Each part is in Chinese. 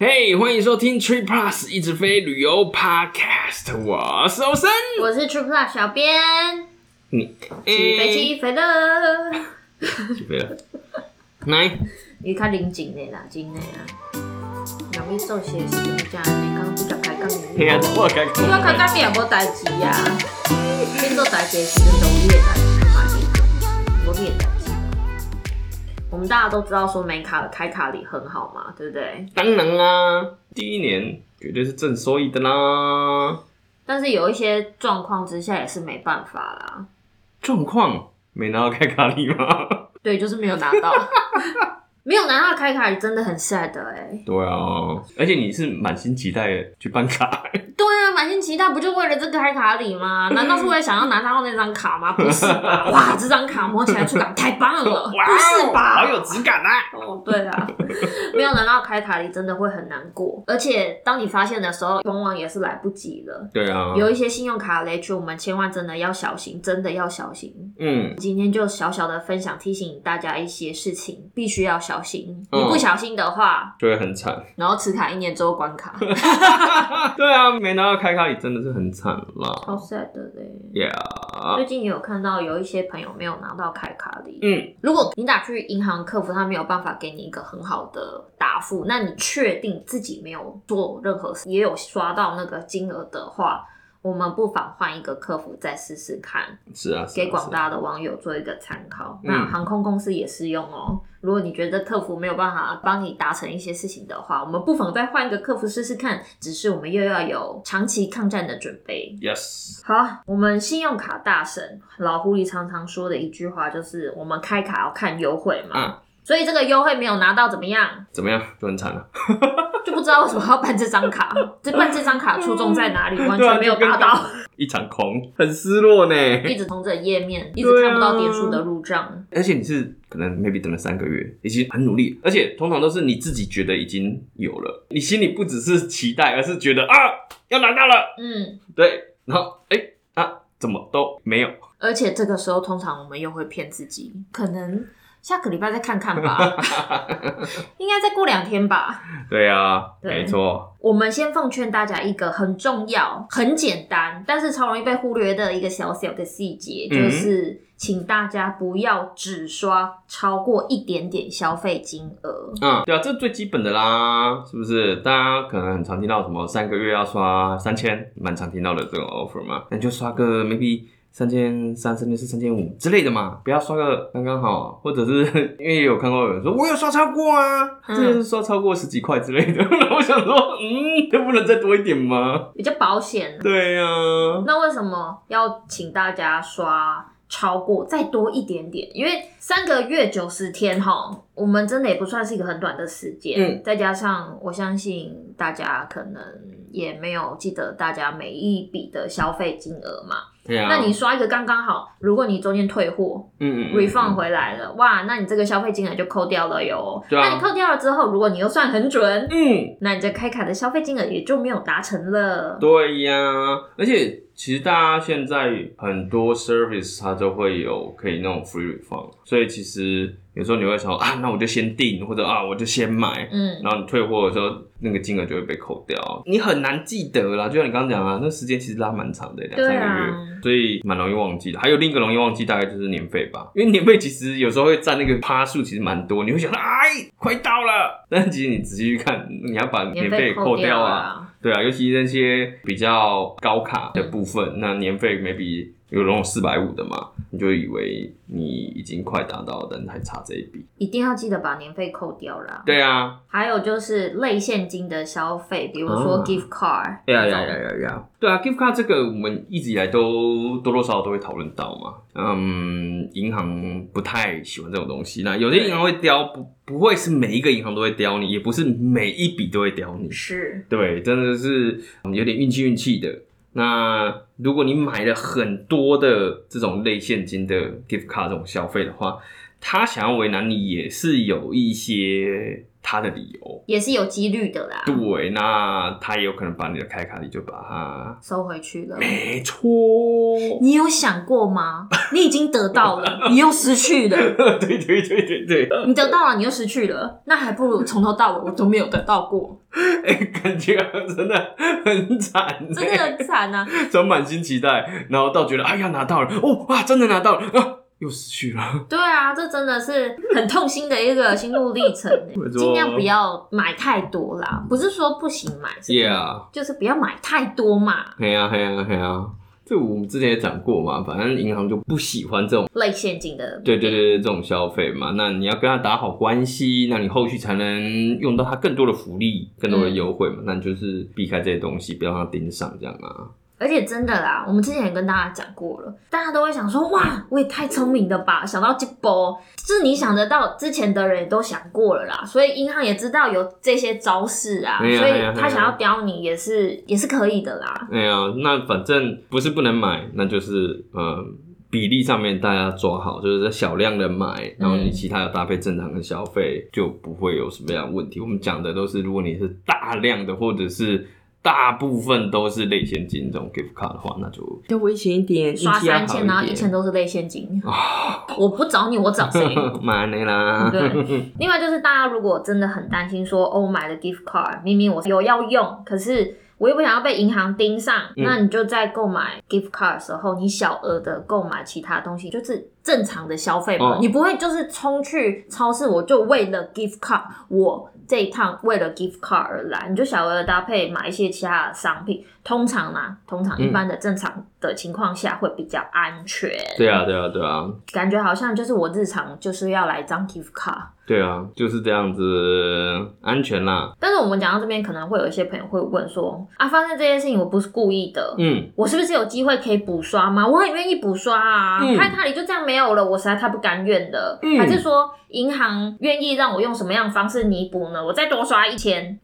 嘿欢迎收听 Tree Plus 一直飞旅游 Podcast，我是欧森。 我是 Trip Plus 小编，你起飞起飞了！哎起飞了，来，你看林景的啦，景的啦，容易受些是怎么讲？你刚不讲开讲，嘿呀，我开你讲开讲你也无代志呀，你做代志是容易的代志嘛？我也代志。我们大家都知道说美卡开卡里很好嘛，对不对？当然啦，第一年绝对是正收益的啦。但是有一些状况之下也是没办法啦，状况没拿到开卡里吗？ 对，就是没有拿到，没有拿到开卡里真的很 sad 哎、对啊，而且你是满心期待地去办 卡，对啊，满心期待不就为了这个开卡礼嗯吗？难道是为了想要拿到那张卡 吗？不是吧？哇，这张卡摸起来触感太棒了，哇哦不是吧？好有质感啊！哦，对啊， 没有拿到开卡礼真的会很难过，而且当你发现的时候，往往也是来不及了。对啊，有一些信用卡雷区，我们千万真的要小心，真的要小心。嗯，今天就小小的分享，提醒大家一些事情，必须要小心。嗯你不小心的话，就会很惨。 然后持卡一年之后关卡，对啊，没拿到开卡里真的是很惨啦。超 sad 的嘞。 Yeah，最近也有看到有一些朋友没有拿到开卡礼，嗯，如果你打去银行客服，他没有办法给你一个很好的答复，那你确定自己没有做任何事，也有刷到那个金额的话，我们不妨换一个客服再试试看，是啊，是啊给广。是啊大的网友做一个参考。嗯那航空公司也适用哦。如果你觉得客服没有办法帮你达成一些事情的话，我们不妨再换一个客服试试看，只是我们又要有长期抗战的准备。 Yes，好，我们信用卡大神老狐狸常常说的一句话就是，我们开卡要看优惠嘛。嗯所以这个优惠没有拿到怎么样，怎么样？就很惨啊了。就不知道为什么要办这 张卡，这办这张卡初衷在哪里，完对啊全没有达就跟到，一场空，很失落呢。一直从这页面一对直啊看不到点数的入账。而且你是可能 maybe 等了三个月，已经很努力，而且通常都是你自己觉得已经有了，你心里不只是期待，而是觉得啊要拿到了，嗯，对，然后哎、啊怎么都没有， 而且这个时候通常我们又会骗自己，可能下个礼拜再看看吧， 应该再过两天吧。对啊，对没错，我们先奉劝大家一个很重要、很简单，但是超容易被忽略的一个小小的细节，嗯就是请大家不要只刷超过一点点消费金额。嗯，对啊，这最基本的啦，是不是？大家可能很常听到什么三个月要刷三千，蛮常听到的这种 offer 嘛，那你就刷个 maybe。三千三、三千四、三千五之类的嘛，不要刷个刚刚好，啊或者是因为有看过有人说我有刷超过啊，嗯这个是刷超过十几块之类的， 然后我想说，嗯，就不能再多一点吗？比较保险。对呀、啊，那为什么要请大家刷超过再多一点点？因嗯为三个月九十天哈，我们真的也不算是一个很短的时间。嗯再加上我相信大家可能也没有记得大家每一笔的消费金额嘛。对呀、啊，那你刷一个刚刚好，如果你中间退货、嗯嗯嗯 refund 回来了，哇，那你这个消费金额就扣掉了哟。对啊那你扣掉了之后，如果你又算很准，嗯，那你这开卡的消费金额也就没有达成了。对呀、而且其实大家现在很多 service 它都会有可以那种 free refund，所以其实有时候你会想啊，那我就先订，或者啊我就先买，嗯，然后你退货的时候那个金额就会被扣掉，你很难记得啦。就像你刚刚讲啊，那时间其实拉蛮长的，两三对个啊月，所以蛮容易忘记的。还有另一个容易忘记，大概就是年费吧，因为年费其实有时候会占那个趴数，其实蛮多，你会想到哎快到了，但其实你仔细去看，你要把年费费扣掉掉啊。啊。对啊，尤其那些比较高卡的部分，那年费 maybe 有那种四百五的嘛，你就以为你已经快达到了，但是还差这一笔。一定要记得把年费扣掉啦。对啊，还有就是类现金的消费，比如说啊 gift card，呀这呀种呀呀呀！对啊，gift card 这个我们一直以来都多多少少都会讨论到嘛。嗯，银行不太喜欢这种东西，那有些银行会刁，不不会是每一个银行都会刁你，也不是每一笔都会刁你。是对，真的是嗯有点运气运气的。那如果你买了很多的这种类现金的 gift card 这种消费的话，他想要为难你也是有一些他的理由。也是有几率的啦，对，那他也有可能把你的开卡礼就把它，收回去了。没错， 你有想过吗？你已经得 到了，你又失去了。对对对对对， 你得到了，你又失去了，那还不嗯如从头到尾我都没有得到 过，哎、感觉真的很惨欸，真的很惨啊！从满心期待，然后到觉得哎呀拿到了，哦哇真的拿到了啊，又失去了。对啊，这真的是很痛心的一个心路历程 欸没错尽量不要买太多啦，不是说不行买是 Yeah，就是不要买太多嘛，嘿呀嘿呀嘿呀，这我们之前也讲过嘛，反正银行就不喜欢这种。类陷阱的。对对对对，这种消费嘛，那你要跟他打好关系，那你后续才能用到他更多的福利、更多的优惠嘛。那你就是避开这些东西，不要让他盯上这样啊。而且真的啦，我们之前也跟大家讲过了，大家都会想说，哇，我也太聪明了吧，想到这波，是你想得到，之前的人也都想过了啦，所以银行也知道有这些招式啊，哎呀所哎呀以哎呀他想要刁你也是也是可以的啦。哎呀，那反正不是不能买，那就是呃比例上面大家抓好，就是在小量的买，然后你其他的搭配正常的消费就不会有什么样的问题。我们讲的都是，如果你是大量的或者是。大部分都是类现金这种 gift card 的话，那就要危险一点，刷运气要三好千，然后一一点哦千都是类陷阱。我不找你，我找谁？马内啦，对，另外就是大家如果真的很担心说，哦，我买了 gift card，明明我有要用，可是我又不想要被银行盯上，嗯那你就在购买 gift card 的时候，你小额的购买其他东西，就是正常的消费嘛，哦你不会就是冲去超市，我就为了 gift card，我这一趟为了 gift card 而来，你就小额搭配买一些其他的商品，通常呢、通常一嗯般的正常的情况下会比较安全， 对啊，对啊，对啊，感觉好像就是我日常就是要来张 gift card。对啊，就是这样子，安全啦。但是我们讲到这边，可能会有一些朋友会问说：啊，发生这件事情我不是故意的，嗯，我是不是有机会可以补刷吗？我很愿意补刷啊，嗯拍卡里就这样没有了，我实在太不甘愿了。嗯还是说银行愿意让我用什么样的方式弥补呢？我再多刷一千，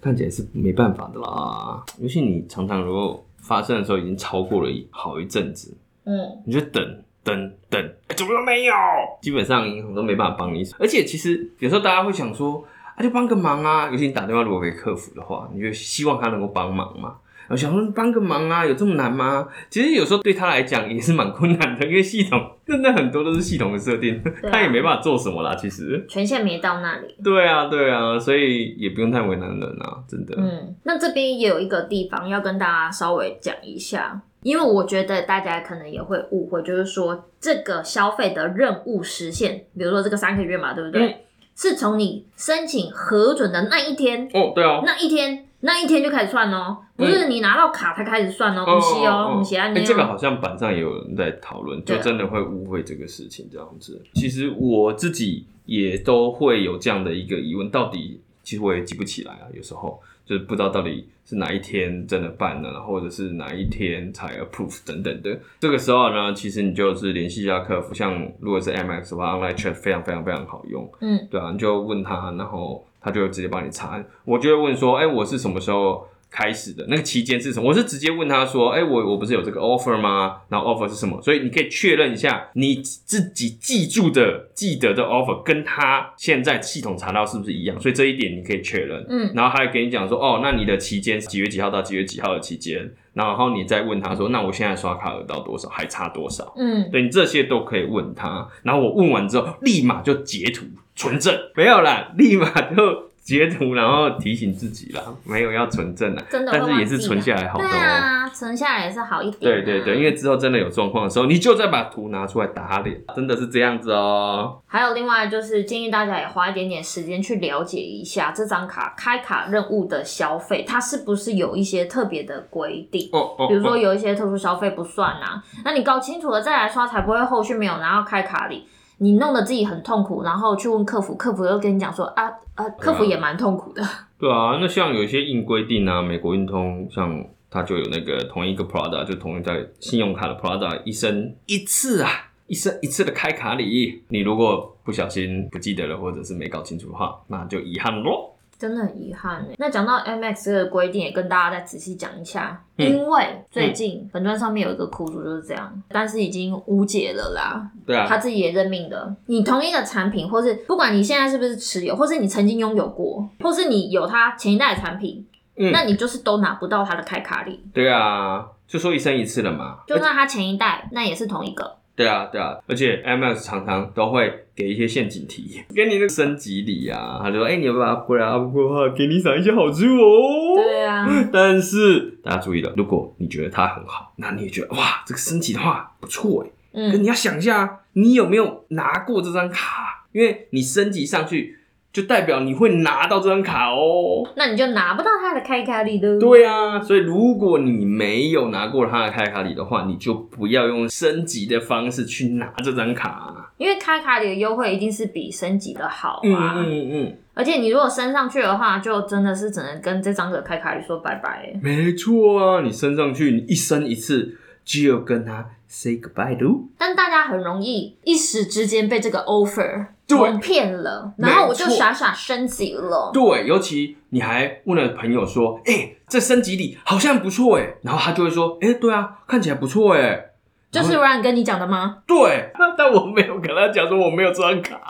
看起来是没办法的啦。尤其你常常如果发生的时候已经超过了一好一阵子，嗯，你就等等等、哎怎么都没有，基本上银行都没办法帮你。而且其实有时候大家会想说，啊，就帮个忙啊。尤其你打电话如果给客服的话，你就希望他能够帮忙嘛。我想说帮个忙啊，有这么难吗？其实有时候对他来讲也是蛮困难的，因为系统真的很多都是系统的设定，对啊他也没办法做什么啦。其实，权限没到那里。对啊，对啊，所以也不用太为难人啊，真的。嗯，那这边也有一个地方要跟大家稍微讲一下，因为我觉得大家可能也会误会，就是说这个消费的任务实现，比如说这个三个月嘛，对不对？嗯是从你申请核准的那一天，哦，对哦，那一天，那一天就开始算哦，嗯不是你拿到卡才开始算哦，不是哦，不是啊，哎、你哦这个好像板上也有人在讨论，就对啊真的会误会这个事情这样子。其实我自己也都会有这样的一个疑问，到底其实我也记不起来啊，有时候就是不知道到底是哪一天真的办了，然后或者是哪一天才 approve 等等的。这个时候呢，其实你就是联系一下客服，像如果是 MX 的话，online chat 非常非常非常好用。嗯，对啊，你就问他，然后他就直接帮你查。我就会问说，哎、我是什么时候开始的？那个期间是什么？我是直接问他说，哎、我我不是有这个 offer 吗？然后 offer 是什么？所以你可以确认一下你自己记住的、记得的 offer 跟他现在系统查到是不是一样，所以这一点你可以确认。嗯，然后他还给你讲说，哦，那你的期间是几月几号到几月几号的期间，然后你再问他说，那我现在刷卡额到多少，还差多少？嗯，对你这些都可以问他。然后我问完之后，立马就截图存证，没有啦，立马就截图，然后提醒自己啦，没有要存证啦，真的会但忘记是的也是存下来好的对哦、啊，存下来也是好一点、啊对对对，因。为之后真的有状况的时候，你就再把图拿出来打脸，真的是这样子哦、还有另外就是建议大家也花一点点时间去了解一下这张卡开卡任务的消费，它是不是有一些特别的规定？哦哦，比如说哦，有一些特殊消费不算啊，那你搞清楚了再来刷，才不会后续没有拿到开卡礼，你弄得自己很痛苦，然后去问客服，客服又跟你讲说啊啊，客服也蛮痛苦的，对啊，那像有一些硬规定啊，美国运通像。它就有那个同一个 Prada，就同一个信用卡的 Prada，一生一次啊，一生一次的开卡礼，你如果不小心不记得了，或者是没搞清楚的话，那就遗憾喽。真的很遗憾欸那讲到 MX 这个规定，也跟大家再仔细讲一下，嗯因为最近本传上面有一个苦主就是这样，但是已经无解了啦，对啊，他自己也认命的。你同一个产品，或是不管你现在是不是持有，或是你曾经拥有过，或是你有它前一代的产品，嗯那你就是都拿不到它的开卡礼。对啊，就说一生一次了嘛。就算它前一代，那也是同一个。对啊，对啊，而且 MX 常常都会给一些陷阱题，给你那个升级礼啊，他就说，哎、你要不要 upgrade 啊 upgrade 的话，给你赏一些好处哦。啊， 但是大家注意了，如果你觉得它很好，那你也觉得哇，这个升级的话不错哎。可嗯，你要想一下，你有没有拿过这张卡？因为你升级上去，就代表你会拿到这张卡哦。那你就拿不到它的开卡礼的。，对啊，所以如果你没有拿过它的开卡礼的话，你就不要用升级的方式去拿这张卡。因为开卡礼的优惠一定是比升级的好啊。嗯，而且你如果升上去的话，就真的是只能跟这张的开卡里说拜拜欸。没错啊，你升上去，你一升一次，就跟他 say goodbye 喽。但大家很容易一时之间被这个 offer 对蒙骗了，然后我就没错傻傻升级了。对，尤其你还问了朋友说，哎、这升级礼好像不错哎，然后他就会说，哎、对啊，看起来不错哎。就是 Ryan 跟你讲的吗？对，但我没有跟他讲说我没有这张 卡，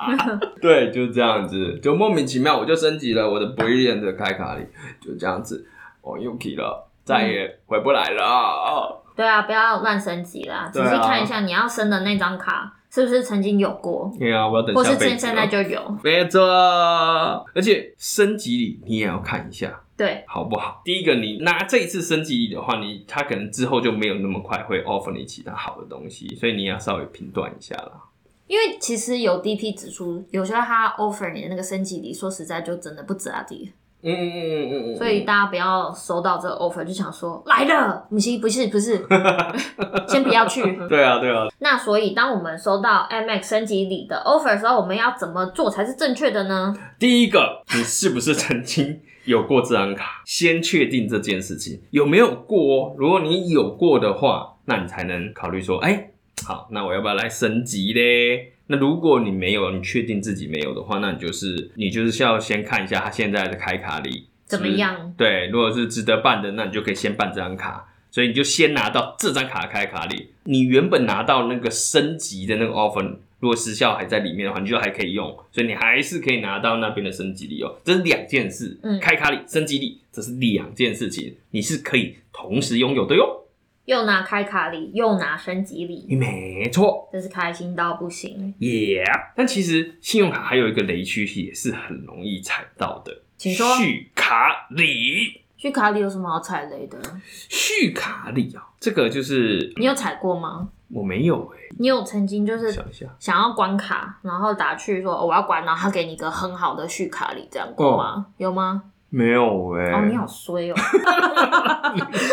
对，就是这样子，就莫名其妙我就升级了我的 Brilliant 的开卡里，就这样子，哦，Yuki 了，再嗯也回不来了。对啊，不要乱升级啦，仔对啊细看一下你要升的那张卡是不是曾经有过，对啊，我要等或下是辈现子现在了。就有。没错，而且升级礼你也要看一下对，好不好。第一个，你拿这一次升级礼的话，你他可能之后就没有那么快会 offer 你其他好的东西，所以你也要稍微评断一下啦。因为其实有 DP 指出，有时候他 offer 你的那个升级礼，说实在就真的不值啊地。嗯嗯嗯嗯嗯，所以大家不要收到这个 offer 就想说来了，不是不是 不是，先不要去。对啊对啊，那所以，当我们收到 MX 升级礼的 offer 的时候，我们要怎么做才是正确的呢？第一个，你是不是曾经有过这张卡？先确定这件事情有没有过哦。如果你有过的话，那你才能考虑说，哎、好，那我要不要来升级嘞？那如果你没有，你确定自己没有的话，那你就是你就是要先看一下他现在的开卡礼怎么？是不样是？对，如果是值得办的，那你就可以先办这张卡。所以你就先拿到这张卡的开卡礼，你原本拿到那个升级的那个 offer，如果时效还在里面的话，你就还可以用，所以你还是可以拿到那边的升级礼哦。这是两件事，嗯开卡礼、升级礼，这是两件事情，你是可以同时拥有的哟。又拿开卡礼，又拿升级礼，没错。真是开心到不行。耶、但其实信用卡还有一个雷区也是很容易踩到的，请说续卡礼，去卡礼有什么好踩雷的？续卡礼啊、哦，这个就是你有踩过吗？我没有哎、你有曾经就是想一下，想要关卡，然后打去说、哦我要关，然后他给你一个很好的续卡礼，这样过吗？有吗？哦没有哎、哦，你好衰哦。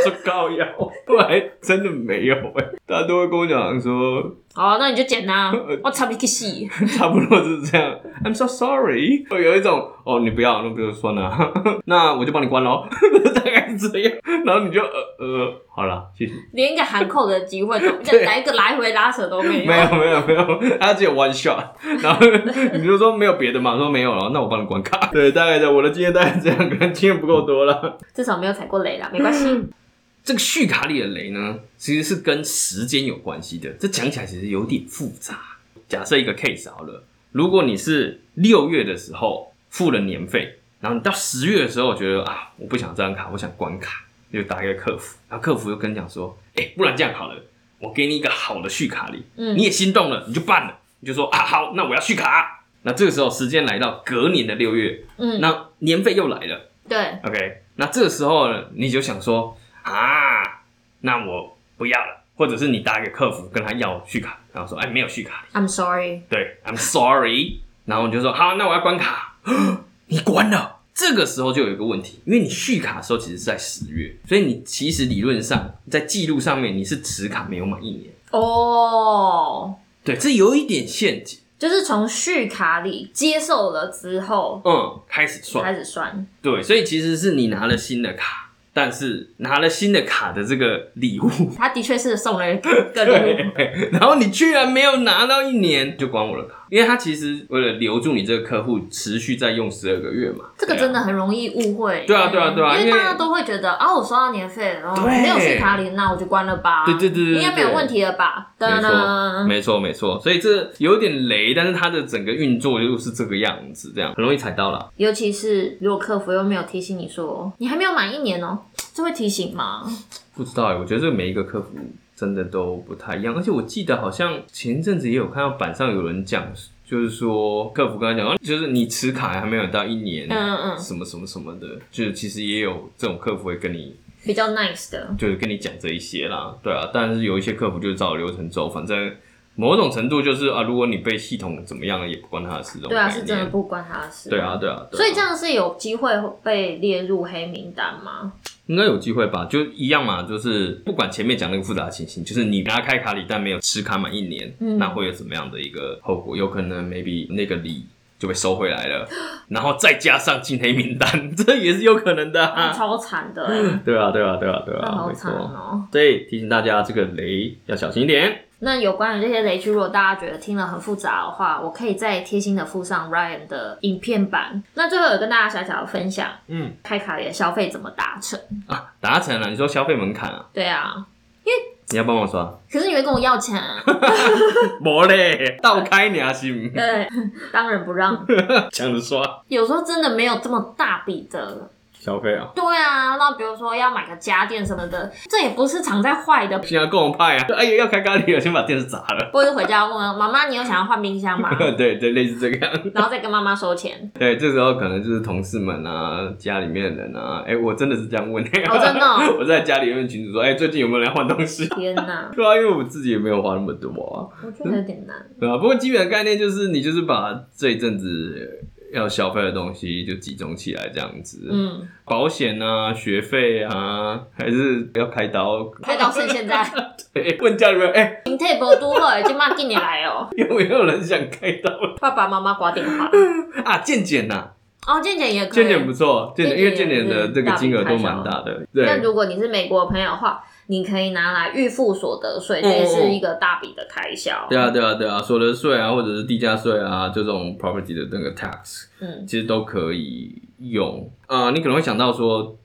这高腰，后来真的没有哎、大家都会跟我讲说， 哦，那你就捡呐、我操你个戏！差不多就是这样。I'm so sorry，会有一种哦，你不要，那就算了， 那我就帮你关喽， 大概是这样。然后你就呃呃，好了，谢谢。连一个喊扣的机 会都，就来一个来回拉扯都没有。没有没有没有，他只有 one shot，然后 你就说没有别的嘛，说没有了，那我帮你关卡。对，大概的，我的经验大概是这样，可能经验不够多了。至少没有踩过雷啦，没关系。嗯这个续卡里的雷呢，其实是跟时间有关系的。这讲起来其实有点复杂。假设一个 case 好了，如果你是六月的时候付了年费，然后你到十月的时候觉得啊，我不想这张卡，我想关卡，就打给客服，然后客服就跟你讲说，哎、不然这样好了，我给你一个好的续卡礼，嗯你也心动了，你就办了，你就说啊，好，那我要续卡。啊那这个时候时间来到隔年的六月，嗯，那年费又来了。 对， OK，那这个时候呢，你就想说啊，那我不要了，或者是你打给客服跟他要续卡，然后说哎没有续卡， I'm sorry。对，I'm sorry，然 后你就说好，那我要关卡， 你关了。这个时候就有一个问题，因为你续卡的时候其实是在十月，所以你其实理论上在记录上面你是持卡没有满一年，哦、对，这有一点陷阱，就是从续卡里接受了之后嗯，开始算，开始算。对，所以其实是你拿了新的卡，但是拿了新的卡的这个礼物 他的确是送了一个礼物，对，然后你居然没有拿到一年，就关我了卡。因为他其实为了留住你这个客户，持续在用十二个月嘛。这个对啊真的很容易误会。对啊对啊对啊因因为大家都会觉得啊，我收到年费了，然后对没有去卡里，那我就关了吧。对对对对对应该没有问题了吧？没噔错，噔，没错，没错。所以这有点雷，但是它的整个运作就是这个样子，这样很容易踩到了。尤其是如果客服又没有提醒你说你还没有满一年哦，这会提醒吗？不知道哎、我觉得这个每一个客服真的都不太一样，而且我记得好像前一阵子也有看到板上有人讲，就是说客服跟他讲，啊就是你持卡还没有到一年，嗯嗯嗯，什么什么什么的，就是其实也有这种客服会跟你比较 nice 的。就是跟你讲这一些啦，对啊，但是有一些客服就是照流程走，反正某种程度就是啊，如果你被系统怎么样了，也不关他的事，这种对啊，概是真的念不关他的事。对啊，。对啊，对啊所以这样是有机会被列入黑名单吗？应该有机会吧，就一样嘛，就是不管前面讲那个复杂的情形，就是你拿开卡里但没有持卡满一年，嗯那会有怎么样的一个后果？有可能 maybe 那个礼就被收回来了，然后再加上进黑名单， 这也是有可能的、啊、啊。超惨的、欸，对啊，对啊，对啊，对那啊，好没惨错。哦、所以提醒大家，这个雷要小心一点。那有关于这些雷区，如果大家觉得听了很复杂的话，我可以再贴心的附上 Ryan 的影片版。那最后有跟大家小小的分享，嗯，开卡里的消费怎么达成？达成了，你说消费门槛啊，对啊，你要帮我刷？可是你会跟我要钱、啊？没嘞，倒开你啊，心 对， 当仁不让。抢着刷有时候真的没有这么大笔的。消费啊。对啊，那比如说要买个家电什么的，这也不是常在坏的。现在共派啊，哎呀，要开咖喱了，先把电视砸了。 或者回家问妈妈，你有想要换冰箱吗？对对，类似这个样。然后再跟妈妈 收钱。对，这时候可能就是同事们啊，家里面的人啊，哎、我真的是这样问、哦真的 哦我在家里面群主说，哎、最近有没有人换东西？ 天哪，对啊，因为我自己也没有花那么多啊，我觉得有点难。对啊。不过基本的概念就是，你就是把这一阵子要消费的东西就集中起来，这样子。，嗯，保险啊，学费啊，还是要开刀。开到是现在。对问家里面，哎、你退博都好已经骂进年来哦，有没有人想开刀爸爸妈妈挂 电话。啊？健检呐，哦，健健也可健以。检不错，健检因为健检的这个金额都蛮大的，对。那如果你是美国朋友的话，你可以拿来预付所得税，这也是一个大笔的开销。哦对啊，对啊，对啊，所得税啊，或者是地价税啊，这种 property 的那个 tax，嗯，其实都可以用。啊，你可能会想到说，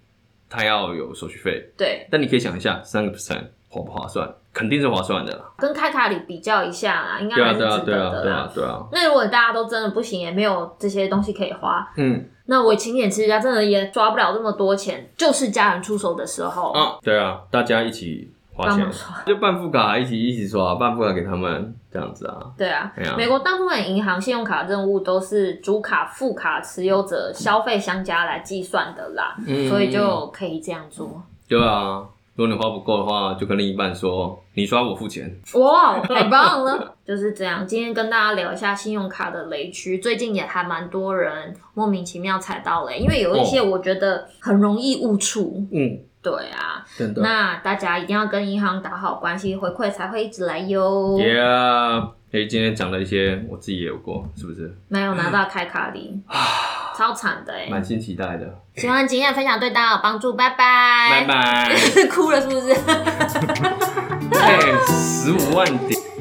它要有手续费，对，但你可以想一下，三个 percent 划不划算？肯定是划算的啦。跟开卡里比较一下啦，应该对啊，还是对啊，值对得啊，的对啦啊。，对啊。那如果大家都真的不行，也没有这些东西可以花，嗯，那我勤俭持家真的也抓不了这么多钱，就是家人出手的时候，啊，对啊，大家一起花帮钱忙，刷。就办副卡一起一起刷，办副卡给他们这样子啊。对啊对啊，美国大部分银行信用卡任务都是主卡、副卡持有者消费相加来计算的啦，嗯所以就可以这样做。对啊，如果你花不够的话，就跟另一半说，你刷我付钱。嗯哇，太棒啊了！就是这样，今天跟大家聊一下信用卡的雷区，最近也还蛮多人莫名其妙踩到雷，因为有一些我觉得很容易误触。嗯，对啊，真的。那大家一定要跟银行打好关系，回馈才会一直来哟。 Yeah，哎、今天讲了一些我自己也有过，是不是？没有拿到开卡礼，超惨的哎、满心期待的。希望今天的分享对大家有帮助，拜拜。拜 拜。哭了是不是？ 哎，十五万点。